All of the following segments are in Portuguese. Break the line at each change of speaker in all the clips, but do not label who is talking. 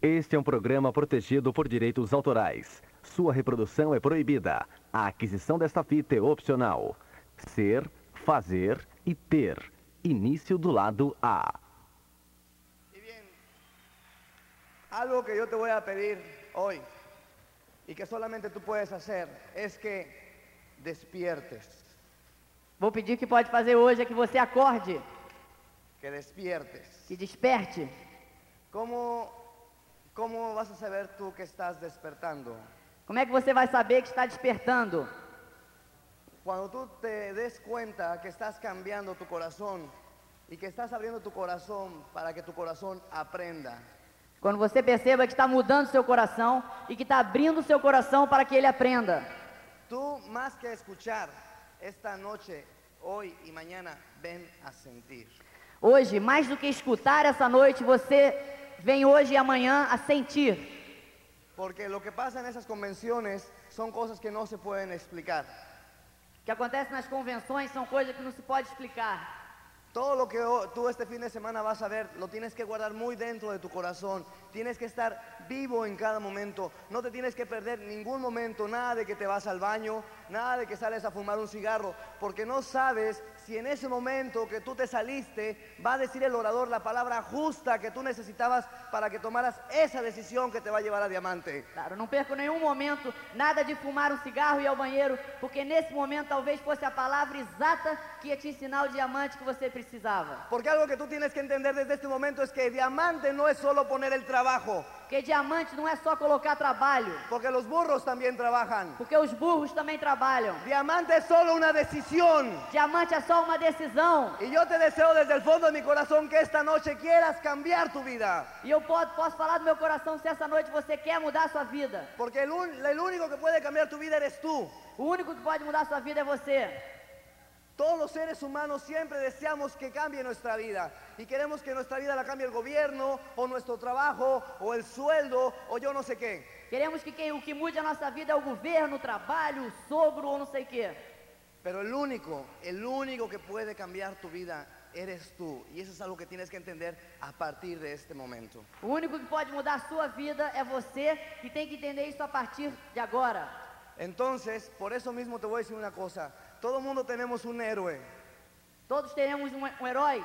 Este é um programa protegido por direitos autorais. Sua reprodução é proibida. A aquisição desta fita é opcional. Ser, fazer e ter. Início do lado A.
Y bien, algo que yo te voy a pedir hoy y que solamente tú puedes hacer es que despiertes,
Vou pedir que pode fazer hoje é que você acorde,
que despiertes.
que desperte.
¿Cómo, cómo vas a saber tú que estás despertando?
Como é que você vai saber que está despertando?
Cuando tú te des cuenta que estás cambiando tu corazón y que estás abriendo tu corazón para que tu corazón aprenda.
Quando você perceba que está mudando seu coração e que está abrindo seu coração para que ele aprenda.
Tú más que escuchar esta noche, hoy y mañana, ven a sentir.
Hoje, mais do que escutar essa noite, você vem hoje e amanhã a sentir.
Porque lo que pasa en esas convenciones son cosas que no se pueden explicar.
O que acontece nas convenções são coisas que não se pode explicar.
Todo lo que ho- tú este fin de semana vas a ver, lo tienes que guardar muy dentro de tu corazón. Tienes que estar vivo en cada momento. No te tienes que perder ningún momento. Nada de que te vas al baño, nada de que sales a fumar un cigarro. Porque no sabes si en ese momento que tú te saliste va a decir el orador la palabra justa que tú necesitabas para que tomaras esa decisión que te va a llevar a diamante.
Claro, não perco nenhum momento, nada de fumar um cigarro e ir ao banheiro, porque nesse momento talvez fosse a palavra exata que ia te ensinar o diamante que você precisava.
Porque algo que tú tienes que entender desde este momento es que diamante no es solo poner el trabajo.
Porque diamante não é só colocar trabalho,
Porque los burros también trabajan.
porque os burros também trabalham.
Diamante es solo una decisión.
Diamante é só uma decisão.
Y yo te deseo desde el fondo de mi corazón que esta noche quieras cambiar tu vida.
E eu po- posso falar do meu coração se essa noite você quer mudar a sua vida.
Porque el, un- el único que puede cambiar tu vida eres tú.
O único que pode mudar a sua vida é você.
Todos los seres humanos siempre deseamos que cambie nuestra vida. Y queremos que nuestra vida la cambie el gobierno, o nuestro trabajo, o el sueldo, o yo no sé qué.
Queremos que quem, o que mude a nossa vida é o governo, o trabalho, o sogro ou não sei o quê.
Pero el único, el único que puede cambiar tu vida eres tú. Y eso es algo que tienes que entender a partir de este momento.
O único que pode mudar a sua vida é você e tem que entender isso a partir de agora.
Entonces, por eso mismo te voy a decir una cosa. Todo mundo tenemos un héroe.
Todos teremos um, um herói.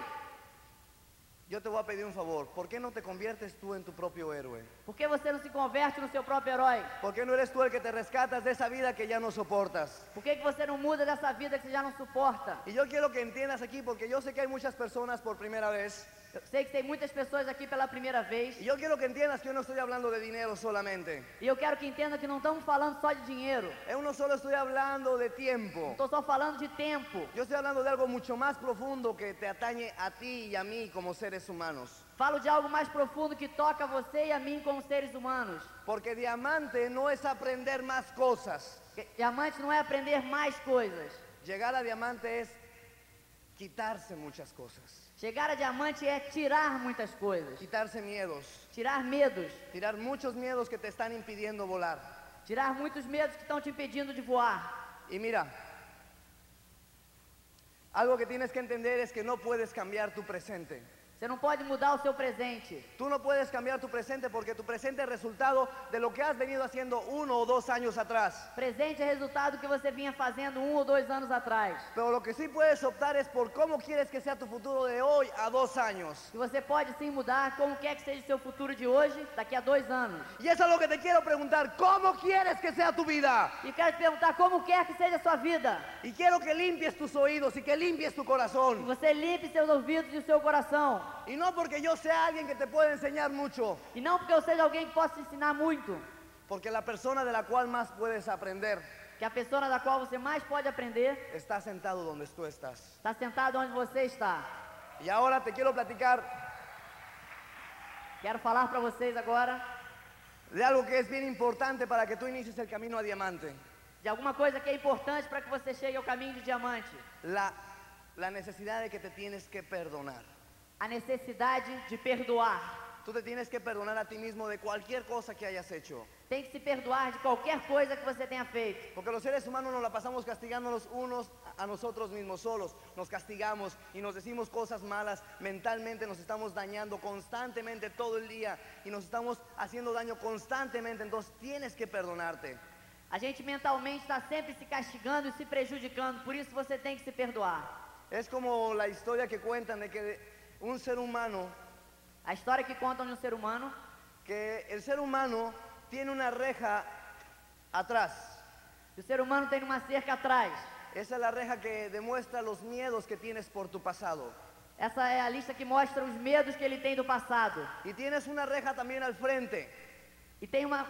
Yo te voy a pedir un favor, ¿por qué no te conviertes tú en tu propio héroe?
Por que você não se converte no seu próprio herói?
¿Por qué no eres tú el que te rescatas de esa vida que ya no soportas?
Por que, que você não muda dessa vida que você já não suporta?
Y yo quiero que entiendas aquí, porque yo sé que hay muchas personas por primera vez,
Eu sei que tem muitas pessoas aqui pela primeira vez
y yo quiero que entiendas que yo no estoy hablando de dinero solamente,
e eu quero que entenda que não estamos falando só de dinheiro,
yo no solo estoy hablando de tiempo,
estou só falando de tempo.
yo estoy hablando de algo mucho más profundo que te atañe a ti y a mí como seres humanos.
Falo de algo mais profundo que toca você e a mim como seres humanos.
Porque diamante no es aprender más cosas,
Porque Diamante não é aprender mais coisas.
llegar a diamante es quitarse muchas cosas,
Chegar a diamante é tirar muchas coisas,
quitarse miedos.
tirar medos,
Tirar muchos miedos que te están impidiendo volar.
tirar muitos medos que estão te impedindo de voar.
Y mira, algo que tienes que entender es que no puedes cambiar tu presente.
Você não pode mudar o seu presente.
Tú no puedes cambiar tu presente porque tu presente es resultado de lo que has venido haciendo uno o dos años atrás.
Presente é resultado do que você vinha fazendo um ou dois anos atrás.
Pero lo que sí puedes optar es por cómo quieres que sea tu futuro de hoy a dos años.
Que você pode sim mudar como quer que seja o seu futuro de hoje, daqui a dois anos.
Y eso es lo que te quiero preguntar, ¿cómo quieres que sea tu vida?
E quero te perguntar como quer que seja a sua vida.
Y quiero que limpies tus oídos y que limpies tu
Que
corazón.
você limpe seus ouvidos e o seu coração.
Y no porque yo sea alguien que te pueda enseñar mucho,
E não porque eu seja alguém que possa te ensinar muito.
porque la persona de la cual más puedes aprender
Que a pessoa da qual você mais pode aprender
está sentado donde tú estás.
está sentada onde você está.
Y ahora te quiero platicar
Quero falar para vocês agora
de algo que es bien importante para que tú inicies el camino a diamante.
de alguma coisa que é importante para que você chegue ao caminho de diamante.
La, la necesidad de que te tienes que perdonar.
A necessidade de perdoar.
Tú te tienes que perdonar a ti mismo de cualquier cosa que hayas hecho.
Tem que se perdoar de qualquer coisa que você tenha feito.
Porque los seres humanos nos la pasamos castigándonos unos a nosotros mismos solos. Nos castigamos y nos decimos cosas malas. Mentalmente nos estamos dañando constantemente todo el día y nos estamos haciendo daño constantemente. Entonces tienes que perdonarte.
A gente mentalmente está sempre se castigando e se prejudicando, por isso você tem que se perdoar.
Es como la historia que cuentan de que un ser humano,
A história que contam de um ser humano
que el ser humano tiene una reja atrás.
O ser humano tem uma cerca atrás.
Esa es la reja que demuestra los miedos que tienes por tu pasado.
Essa é a lista que mostra os medos que ele tem do passado.
Y tienes una reja también al frente,
E tem uma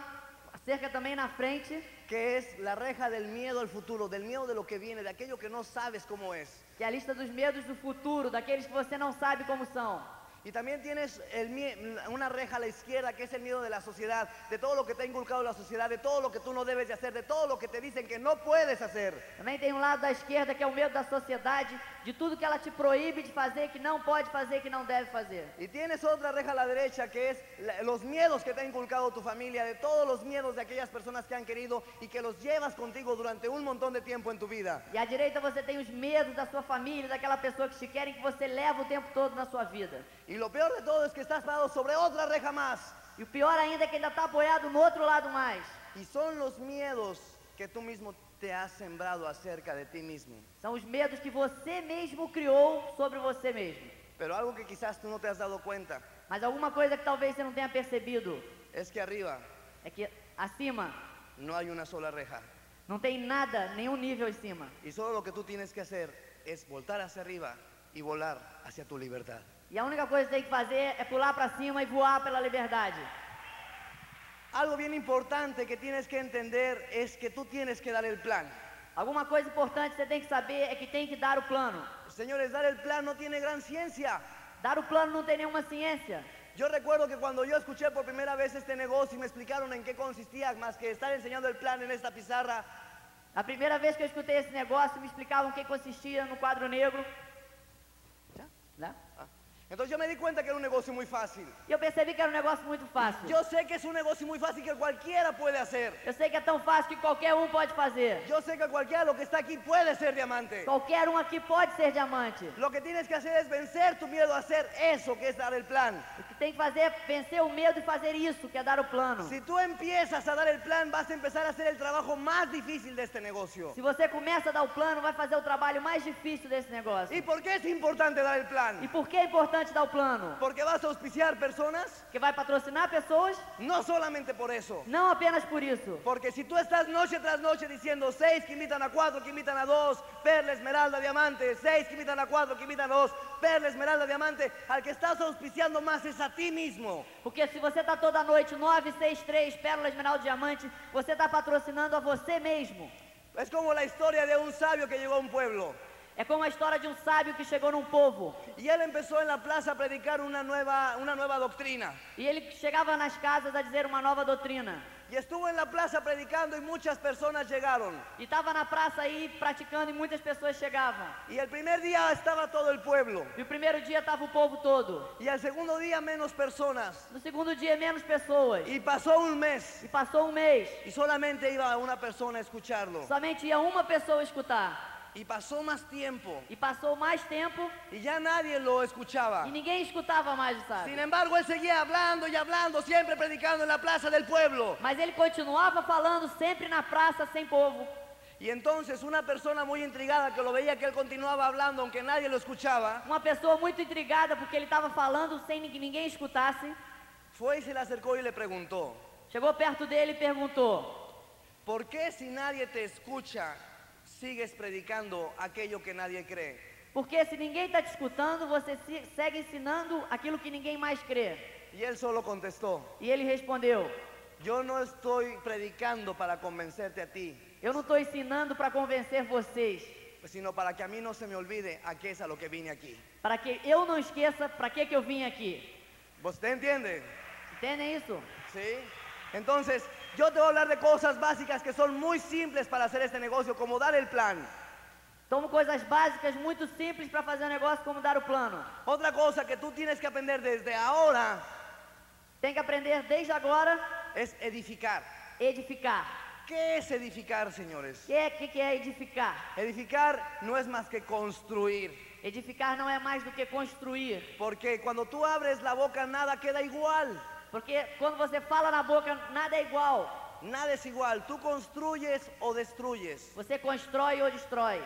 cerca também na frente,
que es la reja del miedo al futuro, del miedo de lo que viene, de aquello que no sabes cómo es.
que é a lista dos medos do futuro, daqueles que você não sabe como são.
Y también tienes el mie- una reja a la izquierda, que es el miedo de la sociedad, de todo lo que te ha inculcado la sociedad, de todo lo que tú no debes de hacer, de todo lo que te dicen que no puedes hacer.
Também tem um lado da esquerda que é o medo da sociedade, de tudo que ela te proíbe de fazer, que não pode fazer, que não deve fazer.
Y tienes otra reja a la derecha, que es la- los miedos que te ha inculcado tu familia, de todos los miedos de aquellas personas que han querido y que los llevas contigo durante un montón de tiempo en tu vida.
E à direita você tem os medos da sua família, daquela pessoa que te querem, que você leva o tempo todo na sua vida.
Y lo peor de todo es que estás parado sobre otra reja más.
E o pior ainda é que ainda está apoiado no outro lado mais.
Y son los miedos que tú mismo te has sembrado acerca de ti mismo.
São os medos que você mesmo criou sobre você mesmo.
Pero algo que quizás tú no te has dado cuenta
Mas alguma coisa que talvez você não tenha percebido
es que arriba
é que acima
no hay una sola reja.
não tem nada, nenhum nível em cima.
Y solo lo que tú tienes que hacer es voltar hacia arriba y volar hacia tu libertad.
E a única coisa que tem que fazer é pular para cima e voar pela liberdade.
Algo bien importante que tienes que entender es que tú tienes que dar el plan.
Alguma coisa importante que você tem que saber é que tem que dar o plano.
Señores, dar el plan no tiene gran ciencia.
Dar o plano não tem nenhuma ciência.
Yo recuerdo que cuando yo escuché por primera vez este negocio y me explicaron en qué consistía, más que estar enseñando el plan en esta pizarra,
A primeira vez que eu escutei esse negócio, me explicavam o que consistia no quadro negro.
Já?
Né?
Ah, Entonces yo me di cuenta que era un negocio muy fácil.
E eu percebi que era um negócio muito fácil.
Yo sé que es un negocio muy fácil que cualquiera puede hacer.
Eu sei que é tão fácil que qualquer um pode fazer.
Yo sé que cualquiera lo que está aquí puede ser diamante.
Qualquer um aqui pode ser diamante.
Lo que tienes que hacer es vencer tu miedo a hacer eso que es dar el plan.
O que tem que fazer é vencer o medo e fazer isso, que é dar o plano.
Si tú empiezas a dar el plan, vas a empezar a hacer el trabajo más difícil de este negocio.
Se você começa a dar o plano, vai fazer o trabalho mais difícil desse negócio.
¿Y por qué es importante dar el
E
plan?
por que é importante dar o plano?
Porque vas a auspiciar personas,
Porque vai patrocinar pessoas,
no solamente por eso.
não apenas por isso.
Porque si tú estás noche tras noche diciendo seis que invitan a cuatro, que invitan a dos, perla, esmeralda, diamante, seis que invitan a cuatro, que invitan a dos, perla, esmeralda, diamante, al que estás auspiciando más es a ti mismo.
Porque se você tá toda noite 963 pérola esmeralda diamante, você tá patrocinando a você mesmo.
Es como la historia de un sabio que llegó a un pueblo
É como a história de um sábio que chegou num povo
y él empezó en la plaza a predicar una nueva, una nueva doctrina.
e ele chegava nas casas a dizer uma nova doutrina.
Y estuvo en la plaza predicando y muchas personas llegaron.
E tava na praça aí praticando e muitas pessoas chegavam.
Y el primer día estaba todo el pueblo
E o primeiro dia tava o povo todo.
y al segundo día menos personas.
No segundo dia menos pessoas.
Y pasó un mes
E passou um mês.
y solamente iba una persona a escucharlo.
Somente ia uma pessoa escutar.
Y pasó más tiempo
E passou mais tempo
y ya nadie lo escuchaba.
e ninguém escutava mais o
Sin
sábio.
embargo, él seguía hablando y hablando, siempre predicando en la plaza del pueblo.
Mas ele continuava falando sempre na praça sem povo.
Y entonces una persona muy intrigada que lo veía que él continuaba hablando aunque nadie lo escuchaba,
Uma pessoa muito intrigada porque ele estava falando sem que ninguém escutasse.
fue y se le acercó y le preguntó,
Chegou perto dele e perguntou:
¿por qué si nadie te escucha sigues predicando aquello que nadie cree?
Por que se ninguém está te escutando, você se- segue ensinando aquilo que ninguém mais crê?
Y él solo contestó,
E ele respondeu:
yo no estoy predicando para convencerte a ti,
Eu não estou ensinando para convencer vocês,
sino para que a mí no se me olvide a qué es a lo que vine aquí.
para que eu não esqueça para que, que eu vim aqui.
¿Usted entiende?
Entendem isso?
¿Sí? Entonces, yo te voy a hablar de cosas básicas que son muy simples para hacer este negocio, como dar el plan.
Tomo coisas básicas muito simples para fazer um negócio como dar o plano.
Otra cosa que tú tienes que aprender desde ahora
Tem que aprender desde agora
es edificar.
edificar.
¿Qué es edificar, señores?
O que, é- que, que é edificar?
Edificar no es más que construir,
Edificar não é mais do que construir.
porque cuando tú abres la boca nada queda igual,
Porque quando você fala na boca, nada é igual.
nada es igual, tú construyes o destruyes.
Você constrói ou destrói.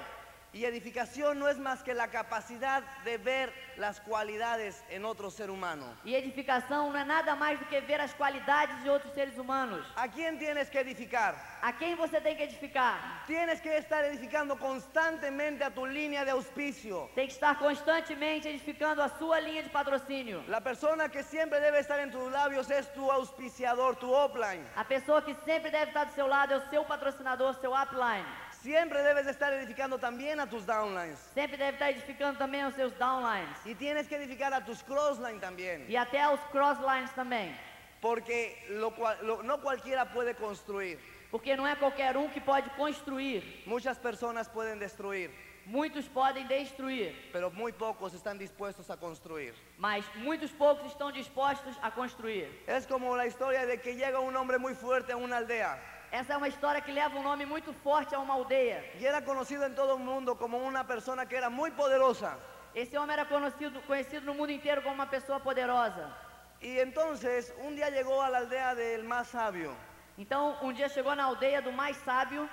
Y edificación no es más que la capacidad de ver las cualidades en otro ser humano.
E edificação não é nada mais do que ver as qualidades de outros seres humanos.
¿A quién tienes que edificar?
A quem você tem que edificar?
Tienes que estar edificando constantemente a tu línea de auspicio.
Tem que estar constantemente edificando a sua linha de patrocínio.
La persona que siempre debe estar en tus labios es tu auspiciador, tu offline.
A pessoa que sempre deve estar do seu lado é o seu patrocinador, seu upline.
Siempre debes de estar edificando también a tus downlines.
Sempre deve estar edificando também os seus downlines.
Y tienes que edificar a tus crosslines también.
E até os crosslines também.
Porque lo cual- lo- no cualquiera puede construir.
Porque não é qualquer um que pode construir.
Muchas personas pueden destruir,
Muitos podem destruir,
pero muy pocos están dispuestos a construir.
mas muitos poucos estão dispostos a construir.
Es como la historia de que llega un hombre muy fuerte a una aldea.
Essa é uma história que leva um nome muito forte a uma aldeia.
Y era conocido en todo el mundo como una persona que era muy poderosa.
Esse homem era conhecido, conhecido no mundo inteiro como uma pessoa poderosa.
Y entonces un día llegó a la aldea del más sabio.
Então, um dia chegou na aldeia do mais sábio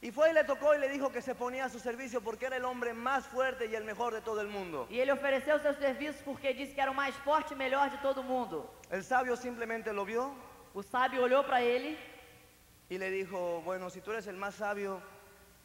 Y fue y le tocó y le dijo que se ponía a su servicio porque era el hombre más fuerte y el mejor de todo el mundo.
e ele ofereceu seus serviços porque disse que era o mais forte e melhor de todo mundo.
El sabio simplemente lo vio
O sábio olhou para ele
y le dijo, bueno, si tú eres el más sabio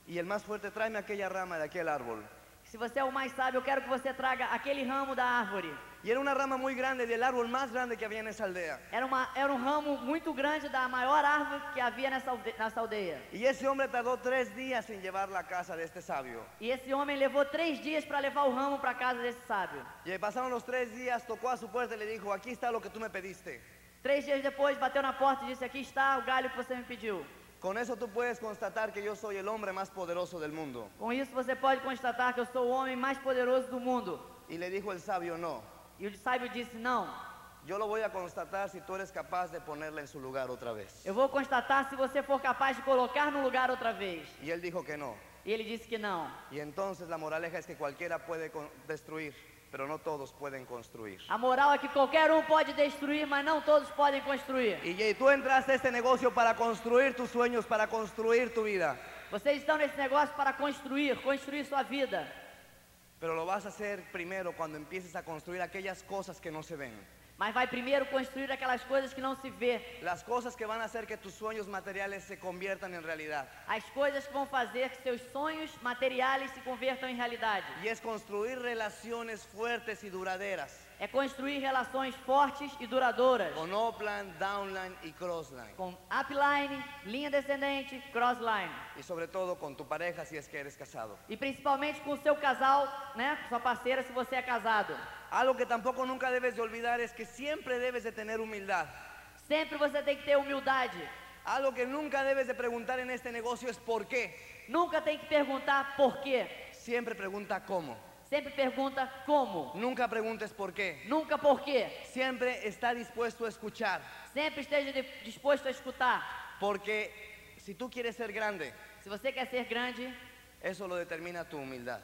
y el más fuerte, tráeme aquella rama de aquel árbol.
Se você é o mais sábio, eu quero que você traga aquele ramo da árvore.
Y era una rama muy grande del árbol más grande que había en esa aldea.
Era, uma, era um ramo muito grande da maior árvore que havia nessa, alde- nessa aldeia.
Y ese hombre tardó tres días en llevarla a casa de este sabio.
E esse homem levou três dias para levar o ramo para casa desse sábio.
Y pasaron los tres días, tocó a su puerta y le dijo, aquí está lo que tú me pediste.
Três dias depois, bateu na porta e disse: Aqui está o galho que você me pediu.
Con eso tú puedes constatar que yo soy el hombre más poderoso del mundo.
Com isso, você pode constatar que eu sou o homem mais poderoso do mundo.
Y le dijo el sabio, no,
E o sábio disse: Não,
yo lo voy a constatar si tú eres capaz de ponerla en su lugar otra vez.
eu vou constatar se você for capaz de colocar no lugar outra vez.
Y él dijo que no.
E ele disse que não.
Y entonces la moraleja es que cualquiera puede con- destruir, pero no todos pueden construir.
A moral é que qualquer um pode destruir, mas não todos podem construir.
Y Jay, tú entraste a este negocio para construir tus sueños, para construir tu vida,
Vocês estão nesse negócio para construir, construir sua vida.
pero lo vas a hacer primero cuando empieces a construir aquellas cosas que no se ven,
Mas vai primeiro construir aquelas coisas que não se vê,
las cosas que van a hacer que tus sueños materiales se conviertan en realidad.
as coisas que vão fazer que seus sonhos materiais se convertam em realidade.
Y es construir relaciones fuertes y duraderas
É construir relações fortes e duradouras
con upline, downline y crossline.
com upline, linha descendente, crossline.
Y sobre todo con tu pareja si es que eres casado.
E principalmente com o seu casal, né, com sua parceira se você é casado.
Algo que tampoco nunca debes de olvidar es que siempre debes de tener humildad.
Sempre você tem que ter humildade.
Algo que nunca debes de preguntar en este negocio es por qué.
Nunca tem que perguntar por quê.
Siempre pregunta cómo.
Sempre pergunta como.
Nunca preguntes por qué.
Nunca por quê.
Siempre está dispuesto a escuchar.
Sempre esteja de- disposto a escutar.
Porque si tú quieres ser grande,
Se você quer ser grande,
eso lo determina tu humildad.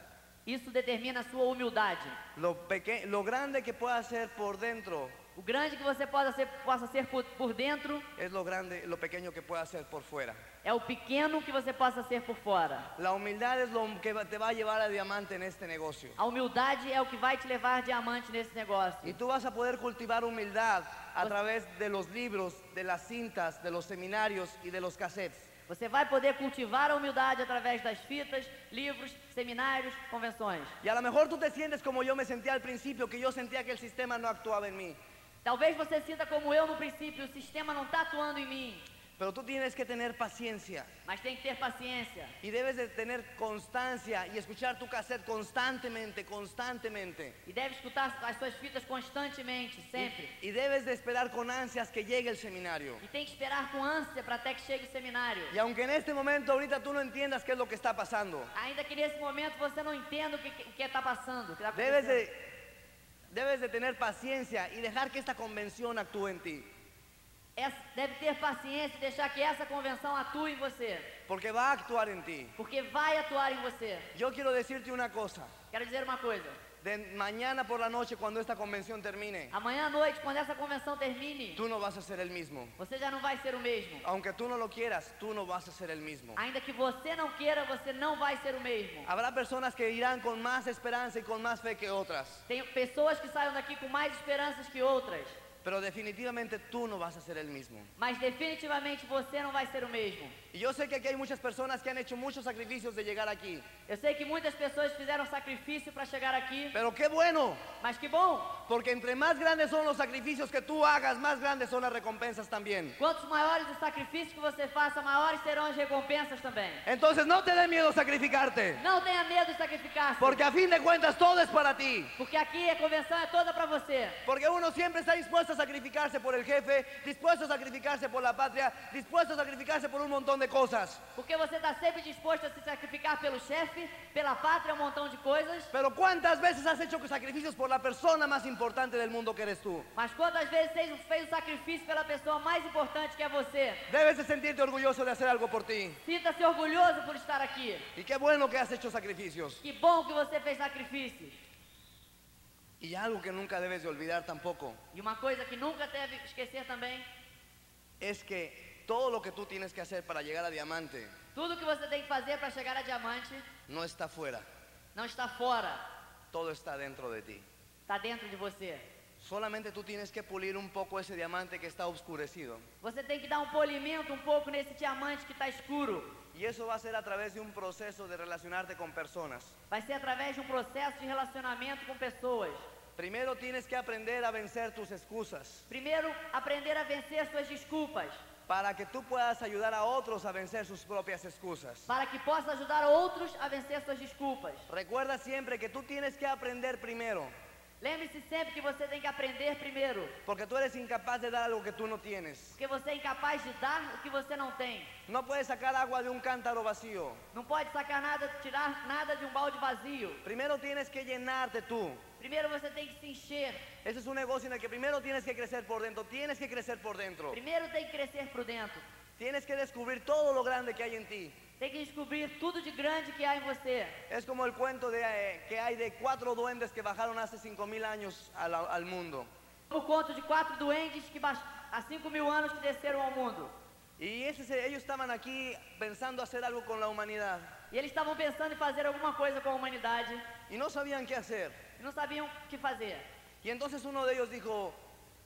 isso determina a sua humildade.
Lo, peque- lo grande que puedas ser por dentro
O grande que você possa ser, possa ser por, por dentro
es lo grande, lo pequeño que puedas ser por fuera.
é o pequeno que você possa ser por fora.
La humildad es lo que va- te va a llevar a diamante en este negocio.
A humildade é o que vai te levar diamante nesse negócio.
Y tú vas a poder cultivar humildad a través de los libros, de las cintas, de los seminarios y de los cassettes.
Você vai poder cultivar a humildade através das fitas, livros, seminários, convenções.
Y a lo mejor tú te sientes como yo me sentía al principio, que yo sentía que el sistema no actuaba en mí.
Talvez você sinta como eu no princípio, o sistema não está atuando em mim,
Pero tú tienes que tener paciencia
mas tem que ter paciência.
y debes de tener constancia y escuchar tu cassette constantemente, constantemente.
E deve escutar as suas fitas constantemente, sempre.
Y debes de esperar con ansias que llegue el seminario.
E tem que esperar com ânsia para até que chegue o seminário.
Y aunque en este momento ahorita tú no entiendas qué es lo que está pasando,
Ainda que nesse momento você não entenda o que está passando, o que tá
debes
acontecendo.
de, Debes de tener paciencia y dejar que esta convención actúe en ti.
Essa- deve ter paciência e deixar que essa convenção atue em você,
Porque va a actuar en ti.
porque vai atuar em você.
Yo quiero decirte una cosa.
Quero dizer uma coisa:
De mañana por la noche, cuando esta convención termine,
amanhã à noite, quando essa convenção termine,
tú no vas a ser el mismo.
você já não vai ser o mesmo.
Aunque tú no lo quieras, tú no vas a ser el mismo.
Ainda que você não queira, você não vai ser o mesmo.
Habrá personas que irán con más esperanza y con más fe que otras.
Tem pessoas que saiam daqui com mais esperanças que outras,
Pero definitivamente tú no vas a ser el mismo.
mas definitivamente você não vai ser o mesmo.
Y yo sé que aquí hay muchas personas que han hecho muchos sacrificios de llegar aquí.
Eu sei que muitas pessoas fizeram sacrifício para chegar aqui,
Pero qué bueno,
mas que bom!
porque entre más grandes son los sacrificios que tú hagas, más grandes son las recompensas también.
Quantos maiores os sacrifícios que você faça, maiores serão as recompensas também.
Entonces no te dé miedo sacrificarte,
Não tenha medo de sacrificar-se,
porque a fin de cuentas todo es para ti.
porque aqui a convenção é toda para você.
Porque uno siempre está dispuesto a sacrificarse por el jefe, dispuesto a sacrificarse por la patria, dispuesto a sacrificarse por un montón de cosas.
Porque você está sempre disposto a se sacrificar pelo chefe, pela pátria, um montão de coisas.
Pero ¿cuántas veces has hecho sacrificios por la persona más importante del mundo que eres tú?
Mas quantas vezes fez, fez o sacrifício pela pessoa mais importante que é você?
Debes de sentirte orgulloso de hacer algo por ti.
Sinta-se orgulhoso por estar aqui.
Y qué bueno que has hecho sacrificios.
Que bom que você fez sacrifícios.
Y algo que nunca debes de olvidar tampoco
E uma coisa que nunca deve esquecer também,
es que todo lo que tú tienes que hacer para llegar a diamante
tudo que você tem que fazer para chegar a diamante
no está fuera,
não está fora,
todo está dentro de ti.
está dentro de você.
Solamente tú tienes que pulir un poco ese diamante que está obscurecido.
Você tem que dar um polimento um pouco nesse diamante que está escuro.
Y eso va a ser a través de un proceso de relacionarte con personas.
Vai ser através de um processo de relacionamento com pessoas.
Primero tienes que aprender a vencer tus excusas
Primeiro, aprender a vencer suas desculpas,
para que tú puedas ayudar a otros a vencer sus propias excusas.
para que possa ajudar outros a vencer suas desculpas.
Recuerda siempre que tú tienes que aprender primero,
Lembre-se sempre que você tem que aprender primeiro,
porque tú eres incapaz de dar algo que tú no tienes.
porque você é incapaz de dar o que você não tem.
No puedes sacar agua de un cántaro vacío.
Não pode sacar nada, tirar nada de um balde vazio.
Primero tienes que llenarte tú.
Primeiro você tem que se encher.
Ese es un negocio en el que primero tienes que crecer por dentro, tienes que crecer por dentro.
Primeiro tem que crescer por dentro.
Tienes que descubrir todo lo grande que hay en ti.
Tem que descobrir tudo de grande que há em você.
Es como el cuento de, eh, que hay de cuatro duendes que bajaron hace 5.000 años al, al mundo.
Por conta de quatro duendes que baix- há cinco mil anos que desceram ao mundo.
Y ese se- ellos estaban aquí pensando hacer algo con la humanidad
E eles estavam pensando em fazer alguma coisa com a humanidade
y no sabían qué hacer.
e não sabiam o que fazer.
Y entonces uno de ellos dijo,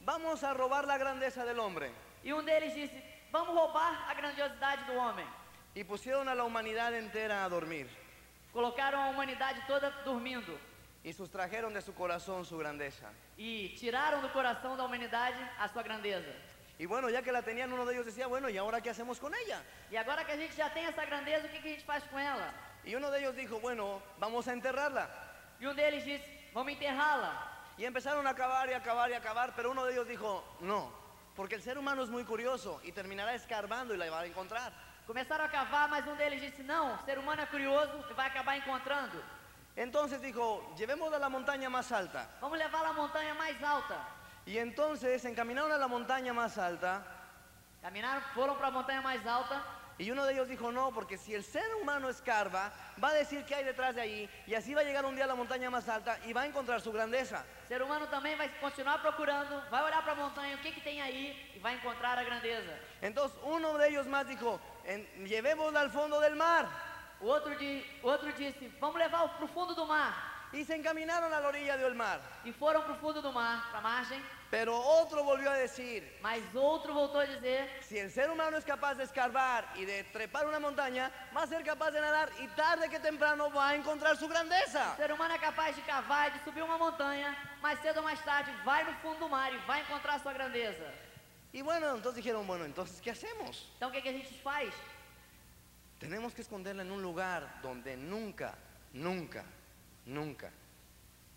vamos a robar la grandeza del hombre.
E um deles disse: Vamos roubar a grandiosidade do homem.
Y pusieron a la humanidad entera a dormir
Colocaram a humanidade toda dormindo
y sustrajeron de su corazón su grandeza.
e tiraram do coração da humanidade a sua grandeza.
Y bueno, ya que la tenían, uno de ellos decía, bueno, ¿y ahora qué hacemos con ella?
E agora que a gente já tem essa grandeza, o que, que a gente faz com ela?
Y uno de ellos dijo, bueno, vamos a enterrarla.
E um deles disse: Vamos enterrá-la.
Y empezaron a cavar y a cavar y a cavar, pero uno de ellos dijo, no, porque el ser humano es muy curioso y terminará escarbando y la va a encontrar.
Começaram a cavar, mas um deles disse: Não, o ser humano é curioso e vai acabar encontrando.
Entonces dijo, llevémosla a la montaña más alta.
Vamos levá-la à montanha mais alta.
Y entonces se encaminaron a la montaña más alta
Caminaram, foram para a montanha mais alta.
y uno de ellos dijo, no, porque si el ser humano escarba, va a decir que hay detrás de ahí y así va a llegar un día a la montaña más alta y va a encontrar su grandeza.
O ser humano também vai continuar procurando, vai olhar para a montanha, o que, que tem aí, e vai encontrar a grandeza.
Entonces uno de ellos más dijo, "En- llevémosla al fondo del mar.
O outro, di, o outro disse: Vamos levar para o fundo do mar.
Y se encaminaron a la orilla del mar.
E foram para o fundo do mar, para a margem.
Pero otro volvió a decir,
Mas outro voltou a dizer:
si el ser humano es capaz de escarbar y de trepar una montaña, va a ser capaz de nadar y tarde que temprano va a encontrar su grandeza.
O ser humano é capaz de cavar, e de subir uma montanha, mais cedo ou mais tarde vai no fundo do mar e vai encontrar a sua grandeza.
Y bueno, entonces dijeron, bueno, entonces, ¿qué hacemos?
Então o que, que a gente faz?
Tenemos que esconderla en un lugar donde nunca, nunca, nunca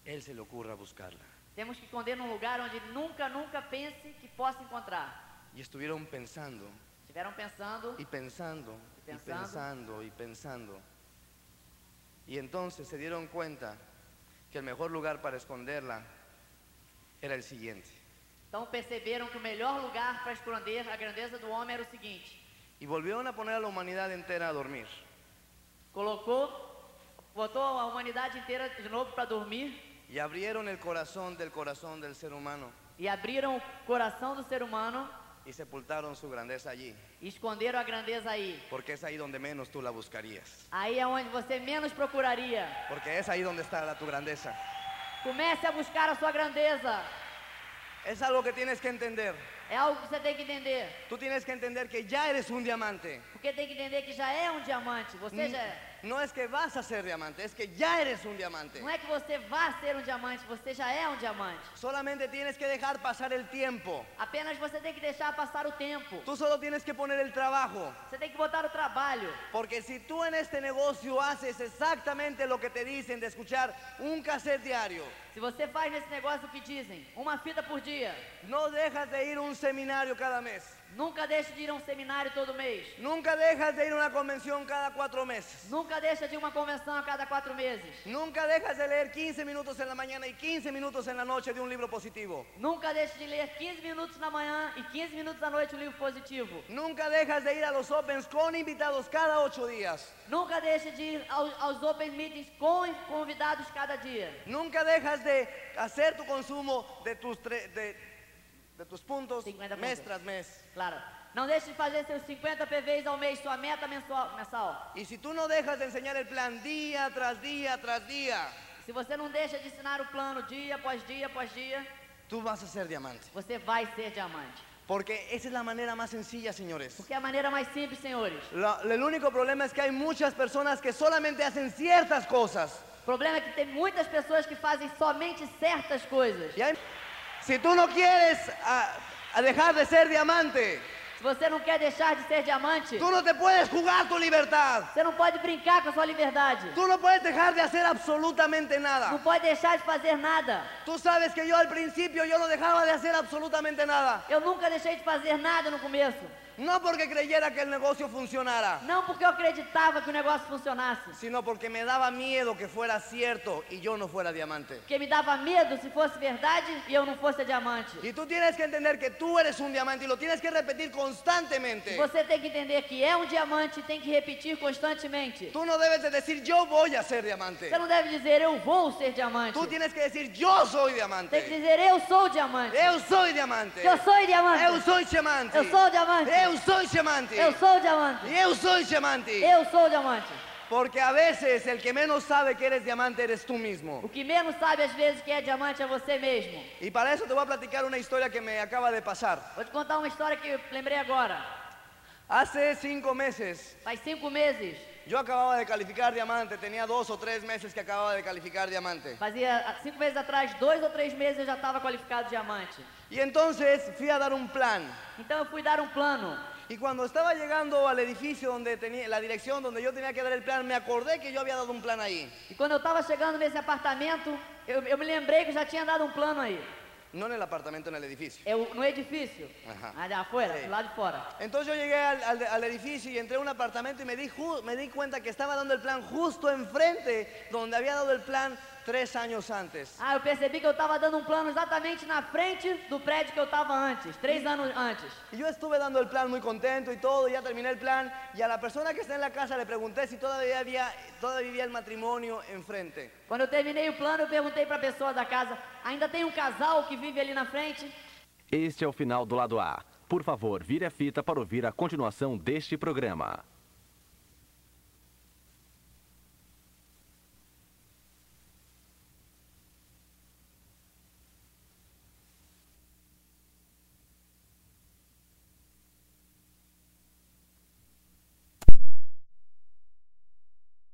él se le ocurra buscarla.
Temos que esconder num lugar onde nunca, nunca pense que possa encontrar.
Y estuvieron pensando
Estiveram pensando,
y pensando y
Pensando.
pensando y pensando. Y entonces se dieron cuenta que el mejor lugar para esconderla era el siguiente.
Então perceberam que o melhor lugar para esconder a grandeza do homem era o seguinte:
Y volvieron a poner a la humanidad entera a dormir.
colocou, botou a humanidade inteira de novo para dormir
Y abrieron el corazón del corazón del ser humano
e abriram o coração do ser humano
y sepultaron su grandeza allí,
e esconderam a grandeza aí.
porque es ahí donde menos tú la buscarías.
Aí é onde você menos procuraria.
Porque es ahí donde está la, tu grandeza.
Comece a buscar a sua grandeza.
Es algo que tienes que entender.
É algo que você tem que entender.
Tú tienes que entender que ya eres un diamante.
Porque tem que entender que já é um diamante. Você já é.
No es que vas a ser diamante, es que ya eres un diamante.
Não é que você vá ser um diamante, você já é um diamante.
Solamente tienes que dejar pasar el tiempo.
Apenas você tem que deixar passar o tempo.
Tú solo tienes que poner el trabajo.
Você tem que botar o trabalho.
Porque si tú en este negocio haces exactamente lo que te dicen de escuchar un cassette diario,
Se você faz nesse negócio o que dizem, uma fita por dia,
no dejas de ir a un seminario cada mes,
nunca deixe de ir a um seminário todo mês.
nunca dejas de ir a una convención cada cuatro meses,
Nunca deixa de ir a uma convenção a cada quatro meses.
nunca dejas de leer 15 minutos en la mañana y 15 minutos en la noche de un libro positivo,
Nunca deixe de ler 15 minutos na manhã e 15 minutos à noite um livro positivo.
nunca dejas de ir a los Opens con invitados cada ocho días,
Nunca deixe de ir ao- aos open meetings com convidados cada dia.
nunca dejas de hacer tu consumo de tus, tre- de, de tus puntos
50
mes
puntos.
tras mes.
Claro. Não deixe de fazer seus 50 PVs ao mês, sua meta mensual- mensal.
Y si tú no dejas de enseñar el plan día tras día tras día,
Se você não deixa de ensinar o plano dia após dia após dia,
Tú vas a ser diamante.
você vai ser diamante.
Porque esa es la manera más sencilla, señores.
Porque é a maneira mais simples, senhores.
La- el único problema es que hay muchas personas que solamente hacen ciertas cosas.
O problema é que tem muitas pessoas que fazem somente certas coisas.
Y hay- si tú no quieres a- a dejar de ser diamante,
Se você não quer deixar de ser diamante,
tú no te puedes jugar tu libertad.
você não pode brincar com a sua liberdade.
Tú no puedes dejar de hacer absolutamente
Não
nada.
pode deixar de fazer nada.
Tú sabes que yo al principio yo no dejaba de hacer absolutamente nada.
Eu nunca deixei de fazer nada no começo.
No porque creyera que el negocio funcionara,
Não porque eu acreditava que o negócio funcionasse.
sino porque me daba miedo que fuera cierto y yo no fuera diamante.
Porque me dava medo se fosse verdade e eu não fosse a diamante.
Y tú tienes que entender que tú eres un diamante y lo tienes que repetir constantemente.
Você tem que entender que é um diamante e tem que repetir constantemente.
Tú no debes de decir yo voy a ser diamante.
Você não deve dizer eu vou ser diamante.
Tú tienes que decir yo soy
Tem que
diamante.
dizer eu sou diamante.
Eu soy diamante.
Eu sou diamante.
Eu soy diamante.
Eu sou diamante.
Eu soy diamante.
Eu sou diamante.
Eu soy diamante.
Eu sou diamante.
Porque a veces el que menos sabe que eres diamante eres tú mismo.
O que menos sabe às vezes que é diamante é você mesmo.
Y para eso te voy a platicar una historia que me acaba de pasar.
Vou te contar uma história que eu lembrei agora.
Hace cinco meses
Faz cinco meses,
yo acababa de calificar diamante. Tenía dos o tres meses que acababa de calificar diamante.
fazia ah, cinco meses atrás, dois ou três meses eu já estava qualificado diamante.
Y entonces fui a dar un plan.
Então eu fui dar um plano.
Y cuando estaba llegando al edificio donde tenía la dirección donde yo tenía que dar el plan, me acordé que yo había dado un plan ahí.
E quando eu estava chegando nesse apartamento, eu, eu me lembrei que eu já tinha dado um plano aí.
No en el apartamento, en el edificio.
Eu, no edifício.
Aham.
Ah, já foi,
Sim.
do lado de fora.
Entonces yo llegué al, al- al edificio y entré a un apartamento y me di, ju- me di cuenta que estaba dando el plan justo enfrente donde había dado el plan tres años antes.
Ah, eu percebi que eu estava dando um plano exatamente na frente do prédio que eu estava antes, três anos antes.
Y yo estuve dando el plan muy contento y todo, y ya terminé el plan. Y a la persona que está en la casa le pregunté si todavía había, todavía había el matrimonio enfrente.
Quando eu terminei o plano, eu perguntei para a pessoa da casa: ainda tem um casal que vive ali na frente?
Este é o final do lado A. Por favor, vire a fita para ouvir a continuação deste programa.